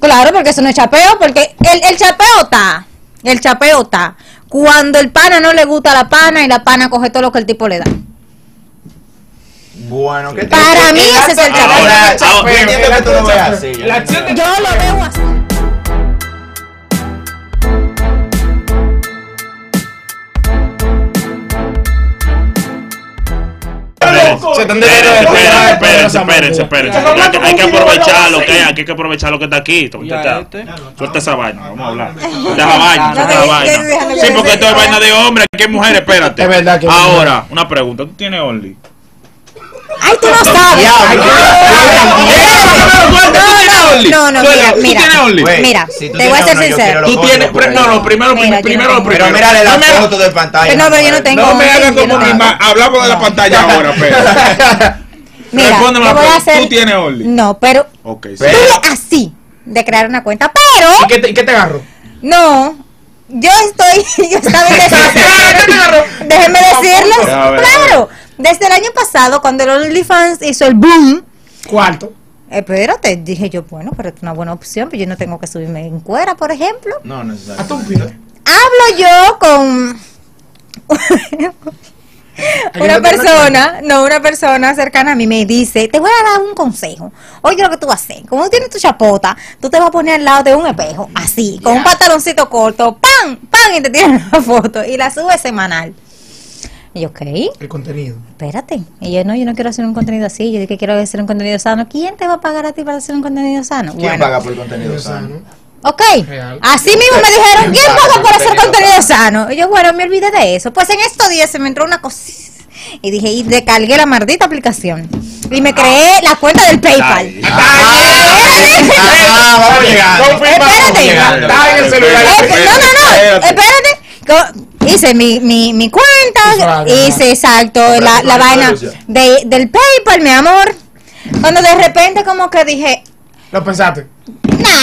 Claro, porque eso no es chapeo, porque el, el chapeo está. El chapeo está. Cuando el pana no le gusta a la pana y la pana coge todo lo que el tipo le da. Bueno, ¿qué tal? Para mí ese es el Ahora, chapeo. ahora, ah, chapeo. ahora, yo entiendo que tú lo veas así. yo La acción de Yo lo veo así. Espérense, espérense, espérense, Espérense, espérense, espérense. Hay que- Hay que aprovechar lo que hay, aquí hay que aprovechar lo que está aquí. Ya, Suelta este. suelta esa vaina, vamos a hablar. Deja vaina, No, deja que- que vaina. déjale Sí, que porque se- esto es vaina de hombre, aquí hay mujeres, espérate. Es verdad que hay Ahora, una pregunta, ¿tú tienes Only? Ay, tú no sabes. No, no, mira, ¿Tú mira. tienes Only? Güey, mira, si tú te voy a tienes ser uno, yo sincera. quiero Tú los tienes, fotos por pre- no, ahí. no, primero, Mira, primero, yo primero, no. primero. Pero mírale la No me hagas- foto de pantalla. Pero no, pero yo no tengo- No me hagas Only, como yo no. mi ma- hablamos de la pantalla Ah, ahora, pero. Mira, Respóndeme te voy la a pregunta. hacer- ¿Tú tienes Only? No, pero Ok, sí. tú le- así de crear una cuenta, pero ¿Y qué te, y qué te agarro? no. Yo estoy, yo estaba Claro. indecisa. Déjenme decirles, Ya, a ver, claro, desde el año pasado cuando el OnlyFans hizo el boom, Cuarto. espérate, dije yo, bueno, pero es una buena opción, pero yo no tengo que subirme en cuera, por ejemplo. No, A tu Ah, necesario. vida. Hablo yo con una persona, no, una persona cercana a mí me dice, te voy a dar un consejo. Oye, lo que tú vas a hacer, como tú tienes tu chapota, tú te vas a poner al lado de un espejo, así, con un pantaloncito corto, ¡pam! ¡pam! Y te tiran una foto y la subes semanal. Y yo, ok, El contenido. espérate. Y yo, no, yo no quiero hacer un contenido así, yo dije que quiero hacer un contenido sano. ¿Quién te va a pagar a ti para hacer un contenido sano? ¿Quién Bueno, paga por el contenido sano? Ok, Real. así mismo me dijeron, ¿quién Paga paga por hacer contenido contenido sano? Y yo, bueno, me olvidé de eso. Pues en estos días se me entró una cosita y dije, y descargué la maldita aplicación. Y me creé la cuenta del PayPal. Ah, vamos llegando. Espérate. Está en el celular. Eh, espérate, no, no, no, espérate. espérate. Co- Hice mi, mi, mi cuenta, Usuario, ajá. hice exacto la, Compraste la una vaina revolución. de, del PayPal, mi amor. Cuando de repente como que dije, Lo pensaste. nah,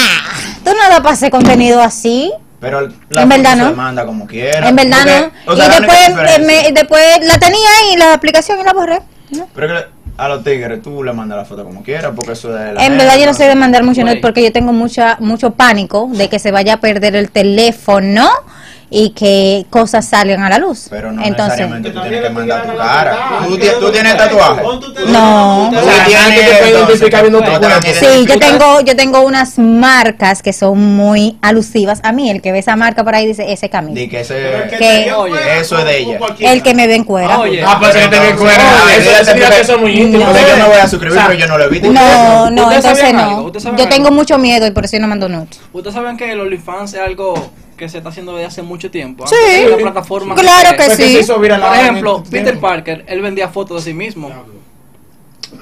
tú no la pasé contenido así. Pero la En foto verdad, se ¿no? manda como quiera. En verdad Porque, no. o sea, y la única después, eh, diferencia- me- después la tenía y la aplicación y la borré. ¿no? Pero que a los tigres tú le mandas la foto como quieras porque eso de la En verdad yo no sé de mandar mucho Güey. nude porque yo tengo mucha mucho pánico de que se vaya a perder el teléfono y que cosas salgan a la luz. Pero no Entonces, necesariamente tú tienes que mandar tu cara. Tú, ti- tú tienes tatuaje. no. Tú O sea, tienes nadie te puede entonces, identificar viendo no tu te cuerpo. tienes que Sí, yo identificar. tengo yo tengo unas marcas que son muy alusivas a mí. El que ve esa marca por ahí dice ese Di camino. que ese- Que Oye, eso es de ella. el que me ve en cuera. Oye. Ah, pues que te Entonces, recuerda. oye, Eso ella significa te- que son muy íntimos. Porque yo no voy a O suscribir, sea, pero yo no lo he visto. No, no, ¿Ustedes entonces sabían algo? no. ¿Ustedes sabían Yo tengo algo? mucho miedo y por eso yo no mando nudes. Ustedes saben que el OnlyFans es algo que se está haciendo desde hace mucho tiempo. Sí. antes de la plataforma pues, Claro que Fue sí. se hizo viral Por ahora en ejemplo, este Peter tiempo. Parker, él vendía fotos de sí mismo.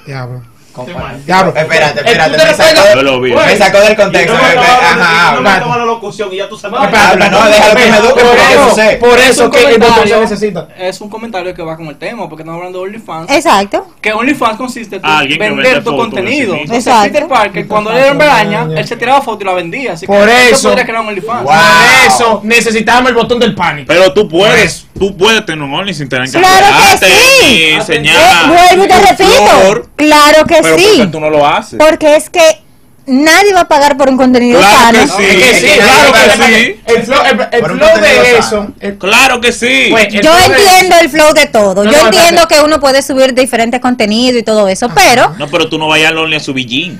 Diablo. Compa- Diablo. Espérate, espérate. Eh, tú te me sacó- recuerdas- Yo lo vi. Me sacó del contexto. Yo me espérate, acababa de- Ajá, yo me habla. acababa la locución y ya tú sabes. Espérate, Habla, no, espérate, déjalo que me espérate. eduque porque yo Por sé. eso- Por eso un que el botón se comentario- necesita. Es un comentario que va con el tema, porque estamos hablando de OnlyFans. Exacto. Que OnlyFans consiste en tú Ah, alguien que vende vender tu fotos de contenido. sí mismo. Entonces, Exacto. Peter Parker, cuando él era en Braña, él se tiraba fotos y la vendía. Así Por que él eso- podría crear un OnlyFans. Wow. Por eso necesitamos el botón del pánico. Pero tú puedes, tú puedes tener un Only sin tener que Claro que apurarte, sí. ni enseñar. Eh, vuelvo y te tu repito. Ah, flor, Claro que pero sí. porque tú no lo haces. Porque es que nadie va a pagar por un contenido Claro que sano. sí. Es que sí, claro que sí. El flow, el, el Por un flow contenido de eso. sano. el- Claro que sí. pues, el Yo flow de- entiendo el flow de todo. No, Yo no, entiendo espérate. que uno puede subir diferentes contenidos y todo eso, pero no, pero tú no vayas al Only a su jean.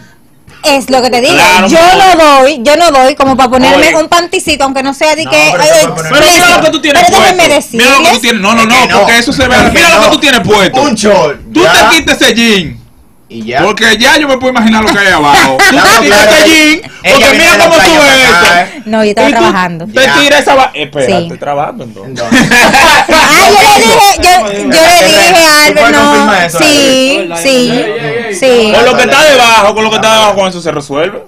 es lo que te digo. Claro, yo mi amor. no doy, yo no doy como para ponerme Oye. un panticito, aunque no sea de No, que. pero te eh, voy a poner- Pero mira lo que tú tienes Pero déjenme puesto. Mira lo que tú decirles. tienes. No, no, no, Que no. porque eso se ve. Que Mira lo no. que tú tienes puesto. Un short. Tú ya, te quites ese jean. Y ya. Porque ya yo me puedo imaginar lo que hay abajo. Tú Claro, te quitas claro. ese jean. Ella Porque viene mira de la cómo tú playa ves para acá, eso. ¿eh? No, yo estaba Y tú trabajando. Te Ya. tiras esa. va- Espera, Sí. estoy trabajando entonces. Entonces, Ah, yo le dije, yo, yo le dije a ¿Tú puedes Albert, no. confirmar eso, Sí, Albert? sí, Ey, sí. Con lo que está debajo, con lo que está debajo, con eso se resuelve.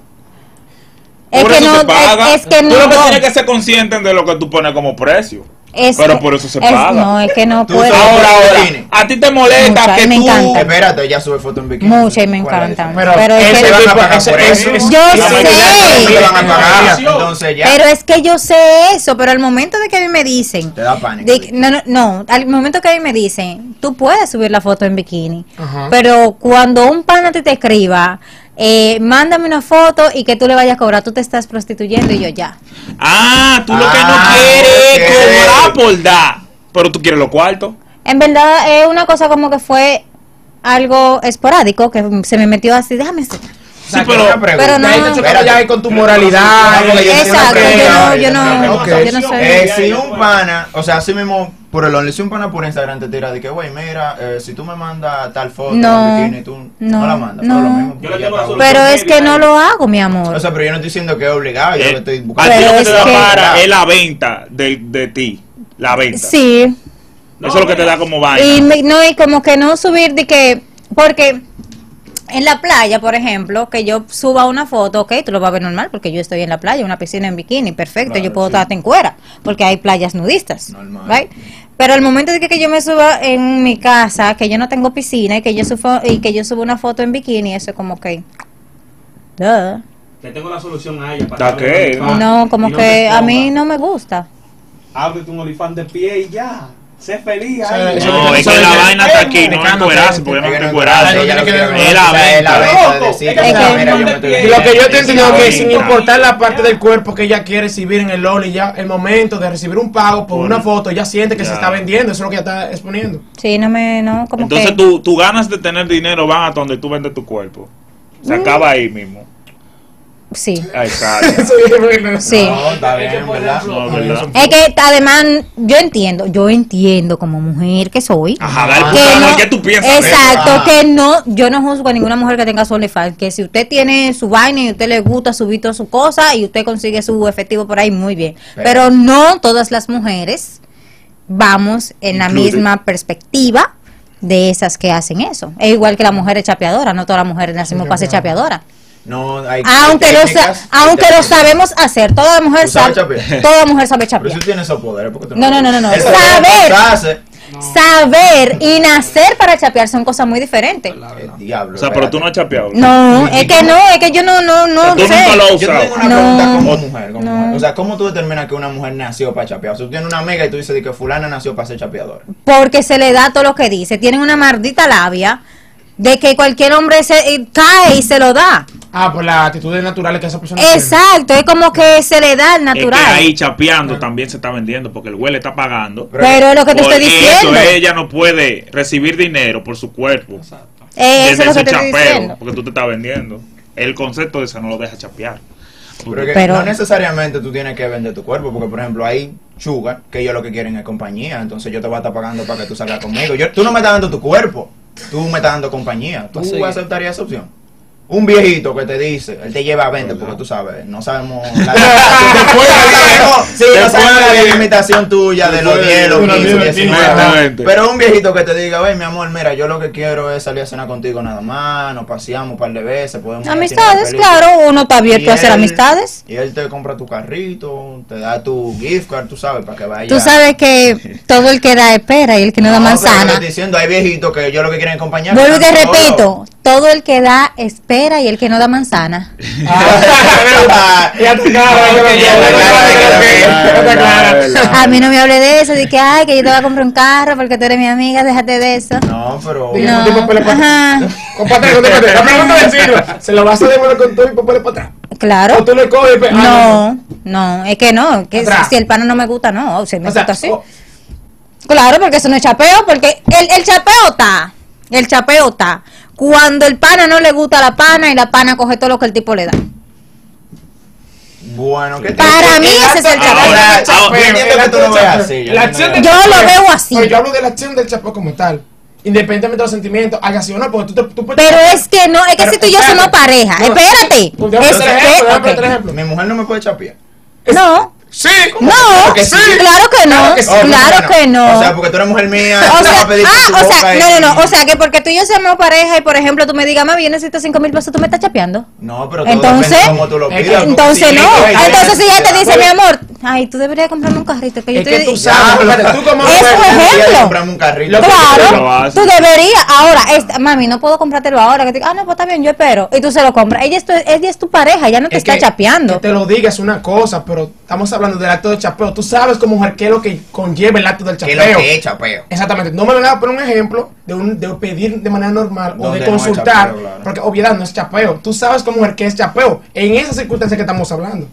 Es por que eso no, se paga. es, es que no. Tú lo que tienes que ser consciente de lo que tú pones como precio. Es Pero que- por eso se es- paga. No, es que no Tú puedo. sabes- Ahora, ahora, bikini. a ti te molesta Mucha, que me tú. encanta. Espérate, ella sube foto en bikini. Mucho y me ¿Cuál es la encanta. diferencia? Pero, es ese que, Te van a pagar ese- por ese- eso. ese- Yo La mayoría de las sé. cosas te van a pagar. Entonces ya. pero es que yo sé eso, pero al momento de que a mí me dicen, Te da pánico. de que- no, no, no, al momento que a mí me dicen, tú puedes subir la foto en bikini, Ajá. pero cuando un pana a ti te escriba, eh, mándame una foto y que tú le vayas a cobrar, tú te estás prostituyendo y yo ya. Ah, tú lo que no Ah, quieres es ok. cobrar por dar. Pero tú quieres los cuartos. En verdad es una cosa como que fue algo esporádico, que se me metió así, déjame hacer. Sí, pero- Pero no. Ahí te chocando Espérate. ya ahí con tu moralidad. Espérate, con la- Exacto, yo no, yo no, Ok. yo no soy. Eh, si un pana, o sea, así mismo por el only, si un pana por Instagram te tira de que, güey, mira, eh, si tú me mandas tal foto, No, del bikini, tú no, no, la mandas, no. pero lo mismo. Yo pues, le ya tengo está azul. bueno. Pero es que no lo hago, mi O amor. sea, pero yo no estoy diciendo que es obligado, yo Eh, lo estoy a buscando. ti lo Pero que te es da que- para es la venta de, de ti. La venta. Sí. Eso es lo que te da como vaina. Y me- no, y como que no subir de que, porque en la playa, por ejemplo, que yo suba una foto, ok, tú lo vas a ver normal, porque yo estoy en la playa, una piscina en bikini, perfecto, Claro, yo puedo sí. estar en cuera, porque hay playas nudistas, Normal. ¿right? Pero al momento de que, que yo me suba en mi casa, que yo no tengo piscina y que yo subo, y que yo subo una foto en bikini, eso es como que, duh. Te tengo la solución a ella. ¿Da abrir qué? un OnlyFans no, como y que te a mí ponga. no me gusta. Ábrete un olifán de pie y ya. Sé feliz. Sí, ay, sí. No, ay. es que la vaina está aquí, no es Mexicano, encuerarse, que- porque yo no estoy que- encuerado. que- que- Es la la venta. venta de Loco, decir, es que- "Ah, mira, yo me Y estoy- lo que yo te entiendo es que sin Ahorita. importar la parte del cuerpo que ella quiere recibir en el LOL y ya el momento de recibir un pago por una foto, ella siente que se Ya. está vendiendo, eso es lo que ella está exponiendo. Sí, no me, no, como que... Entonces tú, tú ganas de tener dinero van hasta donde tú vendes tu cuerpo. Se Mm. acaba ahí mismo. Sí, Ahí está. ya. Eso es lo que- sí. No, está Es que, bien, por ¿verdad? ejemplo, Ah, No, ¿verdad? Es que además yo entiendo, yo entiendo como mujer que soy. Ajá, dale, que puta, no- ¿qué tú piensas? de eso? Ah. Exacto, Ah. que no, yo no juzgo a ninguna mujer que tenga su OnlyFans, que si usted tiene su vaina y usted le gusta subir todas sus cosas y usted consigue su efectivo por ahí, muy bien. Pero, Pero- no todas las mujeres vamos en la Included. misma perspectiva de esas que hacen eso. Es igual que la mujer es chapeadora, no todas las mujeres nacimos Sí, para ser claro. chapeadora. No, hay Aunque, hay lo, sa- técnicas, hay aunque lo técnicas. sabemos hacer, toda mujer ¿Tú sabes sabe, chapear? toda mujer sabe chapear. Pero si tú tienes esos poderes, ¿por qué tú No, no, no, no, no. El poder Saber. de casarse, Saber y nacer para chapear son cosas muy diferentes. el Eh, diablo. O sea, pero tú no espérate. has chapeado. No, es que no, es que yo no, no, no tú nunca sé. lo has Yo te tengo usado. una No. pregunta como mujer, como No. mujer. O sea, ¿cómo tú determinas que una mujer nació para chapear? O sea, tú tienes una amiga y tú dices de que fulana nació para ser chapeadora. Porque se le da todo lo que dice. Tienen una maldita labia de que cualquier hombre se eh, cae y se lo da. Ah, por las actitudes naturales que esa persona Exacto, es como que se le da al Es que ahí natural. Ah. chapeando también se está vendiendo porque el güey le está pagando. Pero es lo que te Por estoy eso diciendo. ella no puede recibir dinero por su cuerpo. Eh, Eso desde es lo que ese te estoy chapeo, diciendo. porque tú te estás vendiendo. El concepto de eso no lo deja chapear. Pero, es que Pero- no necesariamente tú tienes que vender tu cuerpo, porque por ejemplo hay chugas que ellos lo que quieren es compañía, entonces yo te voy a estar pagando para que tú salgas conmigo. Yo, tú no me estás dando tu cuerpo, tú me estás dando compañía. ¿Tú Así es. aceptarías esa opción? Un viejito que te dice, él te lleva a 20, porque tú sabes, no sabemos la Después de- no sabemos- sí, no después sabemos la de- limitación tuya de los después de- 10, los una 15, vida, 19. exactamente. Pero un viejito que te diga, oye, mi amor, mira, yo lo que quiero es salir a cenar contigo nada más, nos paseamos un par de veces, podemos... ir al cine, Amistades, película". claro, uno está Y abierto a hacer él- amistades. Y él te compra tu carrito, te da tu gift card, tú sabes, para que vaya. Tú sabes que todo el que da espera y el que no da No, pero manzana. estoy diciendo, hay viejitos que yo lo que quieren es compañía. Vuelvo y te que están solos. repito, todo el que da espera y el que no da manzana. Ah, ya te aclara, ya te aclara, ya te aclara. A mí no me hable de eso, de que, ay, que yo te voy a comprar un carro porque tú eres mi amiga, déjate de eso. No, pero. No. Con tu papel para Ajá. atrás. Comparte, comparte. La pregunta del siglo. ¿Se lo vas a devolver con todo y papel para atrás? Claro. ¿O tú le coges? y pe- ah, No, no, es que no, que Atrás. si el pana no me gusta, no, si me O sea, gusta así. o- Claro, porque eso no es chapeo, porque el, el chapeo está, el chapeo está. Cuando el pana no le gusta a la pana y la pana coge todo lo que el tipo le da. Bueno, ¿qué tal? Para mí ese es el Ahora, chapeo. Yo entiendo que tú lo veas así. yo entiendo La acción que- del Yo lo chapeo. veo así. Pero yo hablo de la acción del chapeo como tal. Independientemente de los sentimientos, haga así o no, porque tú, te, tú puedes- Pero es que no, es que Pero si tú y yo espérate. somos pareja, No, espérate. pues déjame Es otro ejemplo, déjame otro que, ejemplo. Mi mujer no me puede chapear. ok. No, Sí. no, que sí? claro que no, Claro que sí. Oh, tú claro que no. O sea, porque tú eres mujer mía. O tú me vas sea, a pedir ah, tu o sea, boca y- no, no, no, o sea, que porque tú y yo somos pareja y por ejemplo tú me digas, mami, yo necesito cinco mil pesos, tú me estás chapeando. No, pero todo Entonces, depende de cómo tú lo eh, pidas. porque entonces si- no, Ay, entonces si ella te dice, mi amor, Ay, tú deberías comprarme un carrito. Que yo Es te- que tú sabes, pues, Ya, pues, tú como Es mujer- un ejemplo. comprarme un carrito. Lo que tú lo Claro, haces. tú deberías. Ahora, es- mami, no puedo comprártelo ahora. Que te, ah, no, pues está bien, yo espero. Y tú se lo compras. Ella es tu, ella es tu pareja, ya no te es está que- chapeando. que te lo digas una cosa, pero estamos hablando del acto de chapeo. Tú sabes como mujer qué es lo que conlleva el acto del Que lo chapeo. que es chapeo. Exactamente. No me van a poner un ejemplo de, un, de pedir de manera normal o Donde de no es consultar, chapeo, claro. porque obviedad no es chapeo. Tú sabes como mujer que es chapeo. En esas circunstancias que estamos hablando.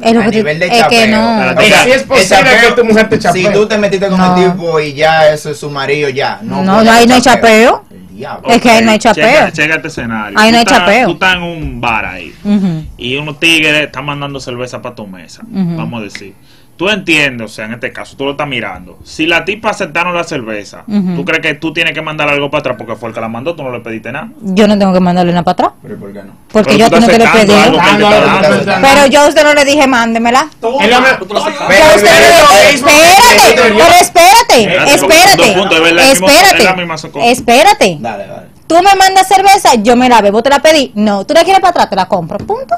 Es, lo a que te- nivel de pues, es chapeo. que no. Espérate. si es posible el que tu mujer te chapee. Si tú te metiste con No. el tipo y ya eso es su marido, ya. No, No, puede ahí no hay haber chapeo. El diablo. Es que ahí no hay chapeo. Checa, checa este escenario. Ahí no Tú hay estás- chapeo. Tú estás en un bar ahí. Ujú. y unos tigres están mandando cerveza para tu mesa, Ujú. vamos a decir. Tú entiendes, o sea, en este caso, tú lo estás mirando. Si la tipa aceptaron la cerveza, Ujú. ¿tú crees que tú tienes que mandar algo para atrás porque fue el que la mandó? Tú no le pediste nada. Yo no tengo que mandarle una para atrás. Pero ¿por qué no? Porque Pero yo a tú ti no te lo he estás pedido. aceptando algo. Ah, no, te no, está no, dando. no. Pero yo a usted no le dije, mándemela. Toma, El hombre- tú te lo sacas. Yo a usted no le dije, Pero eh, espérate, es lo mismo. pero espérate, Espérate, porque son dos puntos, es verdad, espérate, es mismo- es la misma espérate, cosa. espérate. Dale, dale. Tú me mandas cerveza, yo me la bebo, te la pedí. No, tú la quieres para atrás, te la compro. Punto.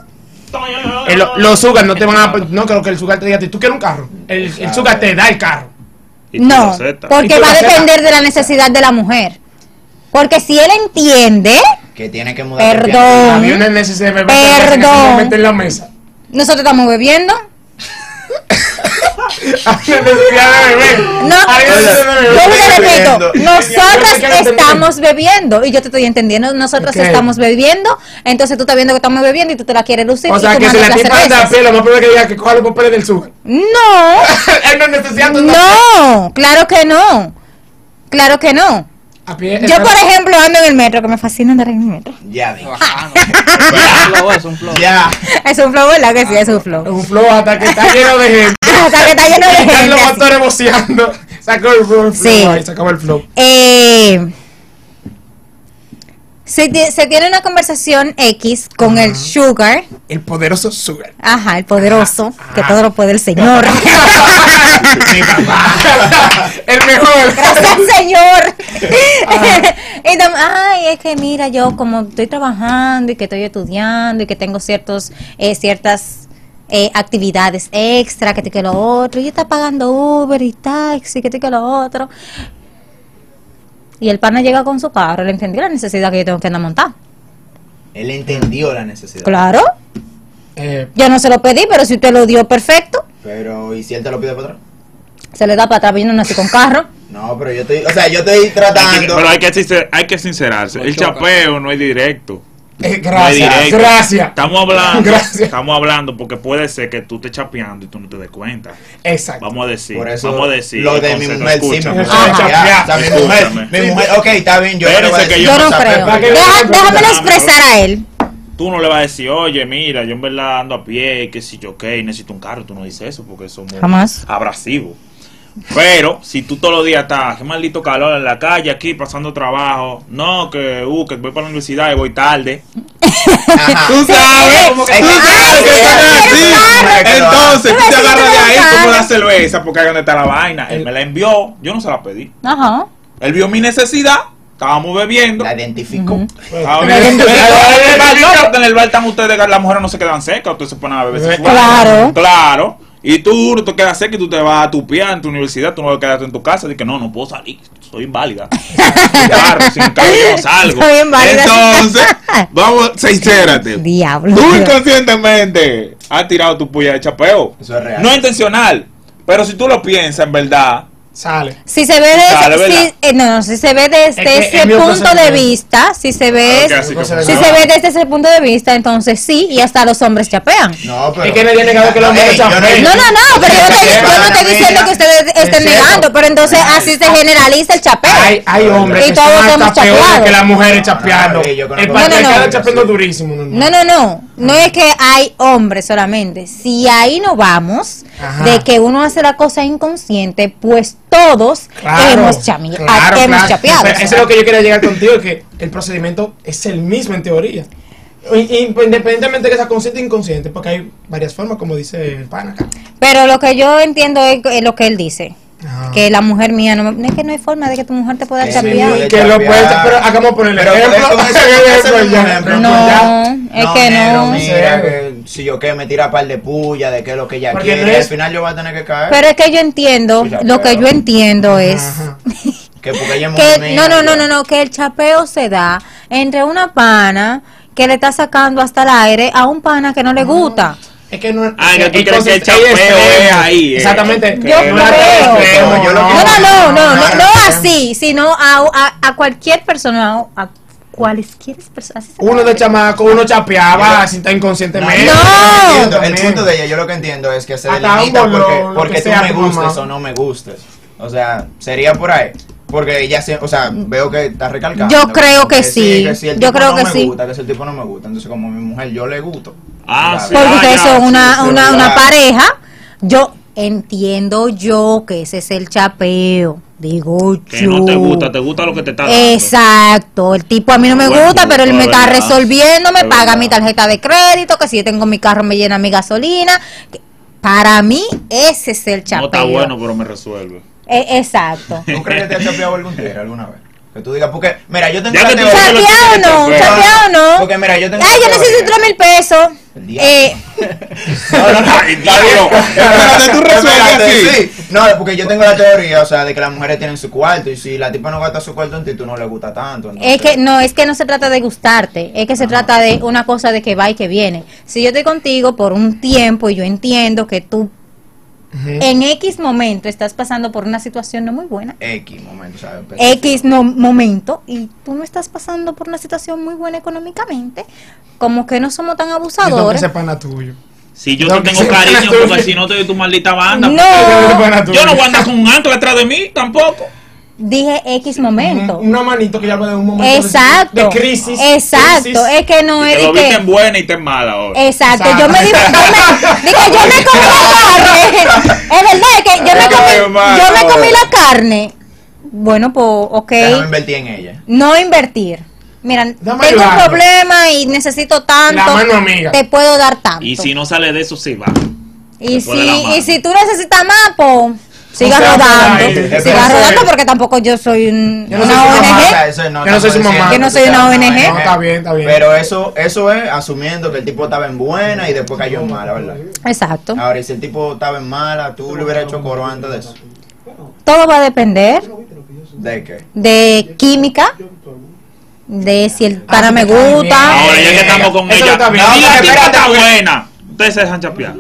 El- los sugar no te van a. No creo que el sugar te diga a ti, tú quieres un carro. El, el sugar te da el carro. Y tú lo No, aceptas. Y porque tú va a lo aceptas. depender de la necesidad de la mujer. Porque si él entiende, Que tiene que mudar. Perdón. Había una necesidad de beber cerveza en Oh. Perdón. ese momento en la mesa. nosotros estamos bebiendo. Había una necesidad de beber. No, Había una necesidad de yo beber. te repito, bebiendo. nosotras Yo me quedo estamos bebiendo y yo te estoy entendiendo, nosotros Ok. estamos bebiendo, entonces tú estás viendo que estamos bebiendo y tú te la quieres lucir O y sea, tú que si mandas la las tipa anda a cervezas. pie, lo más probable es que diga que coja los papeles del sugar. No, Él no necesita tu No, claro que no. Claro que no. A pie, Yo, es- por ejemplo, ando en el metro, que me fascina andar en el metro. Ya, vi. Un flow, es un flow. ya. Es un flow, ¿verdad? Que sí, es un Es flow. un flow hasta que está lleno de gente. Hasta que está lleno de Están gente. los así. motores boceando. Sacó el flow. el flow, Sí. ahí, se acabó el flow. Eh, se, ti- se tiene una conversación X con el Sugar, El poderoso sugar. ajá, el poderoso, que todo lo puede el Señor. Mi papá. el mejor. Gracias, señor. Y tam- ay, es que mira, yo como estoy trabajando y que estoy estudiando y que tengo ciertos, eh, ciertas eh, actividades extra, que te que lo otro, y está pagando Uber y taxi, que te que lo otro. Y el pana llega con su carro, le entendió la necesidad que yo tengo que andar montar. Él entendió la necesidad. Claro, Eh, yo no se lo pedí, pero si usted lo dio perfecto, Pero, ¿y si él te lo pide para atrás? se le da para atrás, pero yo no nací con carro. No, pero yo estoy. O sea, yo estoy Hay que- tratando. pero hay que, sincer- hay que sincerarse. Lo El choca. chapeo no es directo. eh, No es gracias. directo. Gracias. Estamos hablando. Gracias. Estamos hablando porque puede ser que tú estés chapeando y tú no te des cuenta. Exacto. Vamos a decir. Por eso vamos a decir. lo de mi entonces, mujer sí me escúchame. puso Ajá. chapear. O sea, mi mujer, Escúchame. mi mujer, ok, está bien, yo no le voy a Espérese que decir Yo no no sabe, creo. pero- Deja- déjamelo expresar a él. Tú no le vas a decir, oye, mira, yo en verdad ando a pie, que si yo qué, y necesito un carro. Tú no dices eso porque eso es muy Jamás. abrasivo. Pero si tú todos los días estás, qué maldito calor en la calle aquí, pasando trabajo. No, que, uh, que voy para la universidad y voy tarde. Ajá. Tú sabes, tú Ay, sabes que Ah, ay, están así. ay, ay, Entonces, ay, tú te ay, agarras de ay, ahí, ay, tú ay. la cerveza. Porque ahí es donde está la vaina. Él me la envió, yo no se la pedí. Ajá. Él vio mi necesidad, estábamos bebiendo. La identificó. estábamos bebiendo. En el bar, no, porque en el bar están ustedes, las mujeres no se quedan secas, ustedes se ponen a beber. si fuera. Claro. Claro. Y tú no te quedas seca y tú te vas a tu pie en tu universidad, tú no quedaste en tu casa. Dices que no, no puedo salir, soy inválida. Sin carro, sin carro yo no salgo. Soy inválida. Entonces, vamos, sincérate. Diablo. Tú Dios. inconscientemente has tirado tu puya de chapeo. Eso es real. No es intencional, pero si tú lo piensas en verdad, Sale. Si se ve de- Dale, si- ¿verdad? eh, no, no, si se ve desde que es ese mi punto de procedimiento. vista, si se ve, ok, así que Si si no. se ve desde ese punto de vista, entonces sí, y hasta los hombres chapean. No, pero. Es que nadie ha negado que los hombres Ey, yo chapean. No, no, no, pero yo no, te- yo no estoy diciendo que ustedes estén cierto. negando, pero entonces así se generaliza el Hay, chapeo. hay hombres Y que todos están hemos hasta peores chapeado. que las mujeres No, no, chapeando. no, yo el conozco- No, no, patriarcado no. chapeando durísimo. No, No, no. no, no, no es que hay hombres solamente. Si ahí no vamos, Ajá. de que uno hace la cosa inconsciente, pues todos Claro, hemos, chami- claro, hemos claro. chapeado. Pero Eso es lo que yo quería llegar contigo, que el procedimiento es el mismo en teoría. I- i- Independientemente de que sea consciente o inconsciente, porque hay varias formas, como dice el pan acá. Pero lo que yo entiendo es es lo que él dice. Ah. que la mujer mía no, me- es que no hay forma de que tu mujer te pueda Ese cambiar. nivel que lo puede ser, pero hagamos por el Pero ejemplo. pues, eso- eso- ese es un Ya, ejemplo. No, ya. es que nero, no. mira, que si yo qué, me tira par de puya, de qué es lo que ella Porque quiere. no y Al es- final yo voy a tener que caer. Pero es que yo entiendo, Escucha, lo que pero- yo entiendo es Ajá. que porque ella es que muy no, no, no, mía, no, no, que el chapeo se da entre una pana que le está sacando hasta el aire a un pana que no le gusta. Es que no Ah, que tú hay crees cosas- que el chapeo hay extremos. es ahí, eh. Exactamente. Yo No la creo. extremo, No, yo lo No, que- no, no, no, no, no, no, no no. así, sino a, a, a cualquier persona, a cualesquier personas. así se Uno de chamaco, uno chapeaba Yo- así tan inconscientemente. No. yo lo que entiendo, El También. punto de ella, yo lo que entiendo es que se Hasta delimita un bolón, porque, lo porque que tú sea, me tu gustes mamá. o no me gustes. O sea, sería por ahí. Porque ella, se- o sea, veo que está recalcando. Yo creo que sí. si el Yo tipo creo no que me sí. gusta, que si el tipo no me gusta. Entonces, como a mi mujer, yo le gusto. Ah, ¿sabes? sí. Porque ustedes ya, son sí, una, sí, una, sí, una claro. pareja. Yo entiendo yo que ese es el chapeo. Digo Que yo. no te gusta, te gusta lo que te está dando. Exacto, el tipo a mí no me Bueno, gusta, pero él me es está verdad. resolviendo, me Es paga verdad. mi tarjeta de crédito, que si yo tengo mi carro me llena mi gasolina. Que- Para mí ese es el chapeo. No está bueno, pero me resuelve. Eh, exacto. ¿Tú crees que te has chapeado algún tigre alguna vez? Que tú digas, porque, mira, yo tengo Ya la que tú teoría- sabes- Chapeado no, Porque- chapeado no. Porque mira, yo tengo Ay, yo una necesito teoría. tres mil pesos. El diablo. Eh, No, no, no. Espérate, tú resuelves así. Espérate, sí. No, porque yo tengo la teoría, o sea, de que las mujeres tienen su cuarto y si la tipa no gasta su cuarto en ti, tú no le gusta tanto. entonces- es que no, es que no se trata de gustarte, es que se trata de una cosa de que va y que viene. Si yo estoy contigo por un tiempo y yo entiendo que tú en X momento estás pasando por una situación no muy buena, X momento, ¿sabes? X no- momento y tú no estás pasando por una situación muy buena económicamente, como que no somos tan Yo que abusadores. ser pana tuyo. Si yo No, te que tengo sí. cariño, porque si no te doy tu maldita banda. Yo que No, ser pana tuyo. Yo no voy a andar con un ancla atrás de mí tampoco. dije X momento. Un- Una manito que ya va de un momento de- Exacto. de crisis. Exacto, crisis. es que no es Te de lo que- Eh, viste en buena y te en mala ahora. Exacto, yo Exacto. me di- yo me, dije, yo me comí la carne. Es verdad que yo me Ay, comí, hermano. yo me comí la carne. Bueno, pues, ok. Déjame invertir en ella. No invertir. Mira, tengo un ayudarlo. problema y necesito tanto. La mano amiga. Te puedo dar tanto. Y si no sale de eso, sí va. Y Te pone la si, mano. y si tú necesitas más, pues siga sea, rodando. por ahí. Siga Entonces- rodando porque tampoco yo soy un- Yo no soy una su mamá, ONG. sea, eso no Yo no soy su estamos mamá. diciendo Yo no que soy sea una ONG. No, está bien, está bien. Pero eso, eso es asumiendo que el tipo estaba en buena y después cayó en mala, ¿verdad? Exacto. Ahora, y si el tipo estaba en mala, tú le hubieras hecho coro antes de eso. Todo va a depender ¿De qué? de química, de si el para me Ah, está bien. gusta. Ahora ya que estamos con Eso ella. está bien. Si No, la pero tipa espérate, está porque- buena. Ustedes se dejan chapear.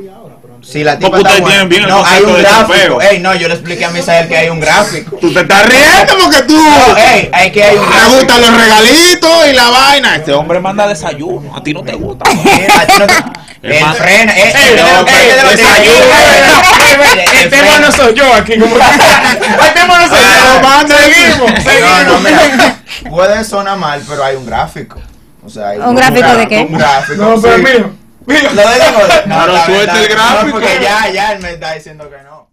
Si la tipa Porque está ustedes buena. tienen bien el no, hay concepto un de gráfico. chapeo. Ey, no, yo le expliqué a Misael que hay un gráfico. Tú te estás riendo porque tú. No, ey, hay que Ah, hay un Te gráfico. gustan los regalitos y la vaina. Este hombre. Hombre, manda desayuno. A ti no te gusta. Mira, a ti no te- Es Él más- frena, eh, Ey, él de no, los- él de los- desayuno. Él El Este tema frena. no soy yo aquí. Como... El tema no soy Ah, yo. manda. Seguimos, No, no, seguimos. mira, puede sonar mal, pero hay un gráfico. O sea, hay ¿Un gráfico de gra- qué? Un gráfico. No, pero sí. mira. Lo de- Claro, la suelta el verdad, gráfico. No, porque ya, ya él me está diciendo que no.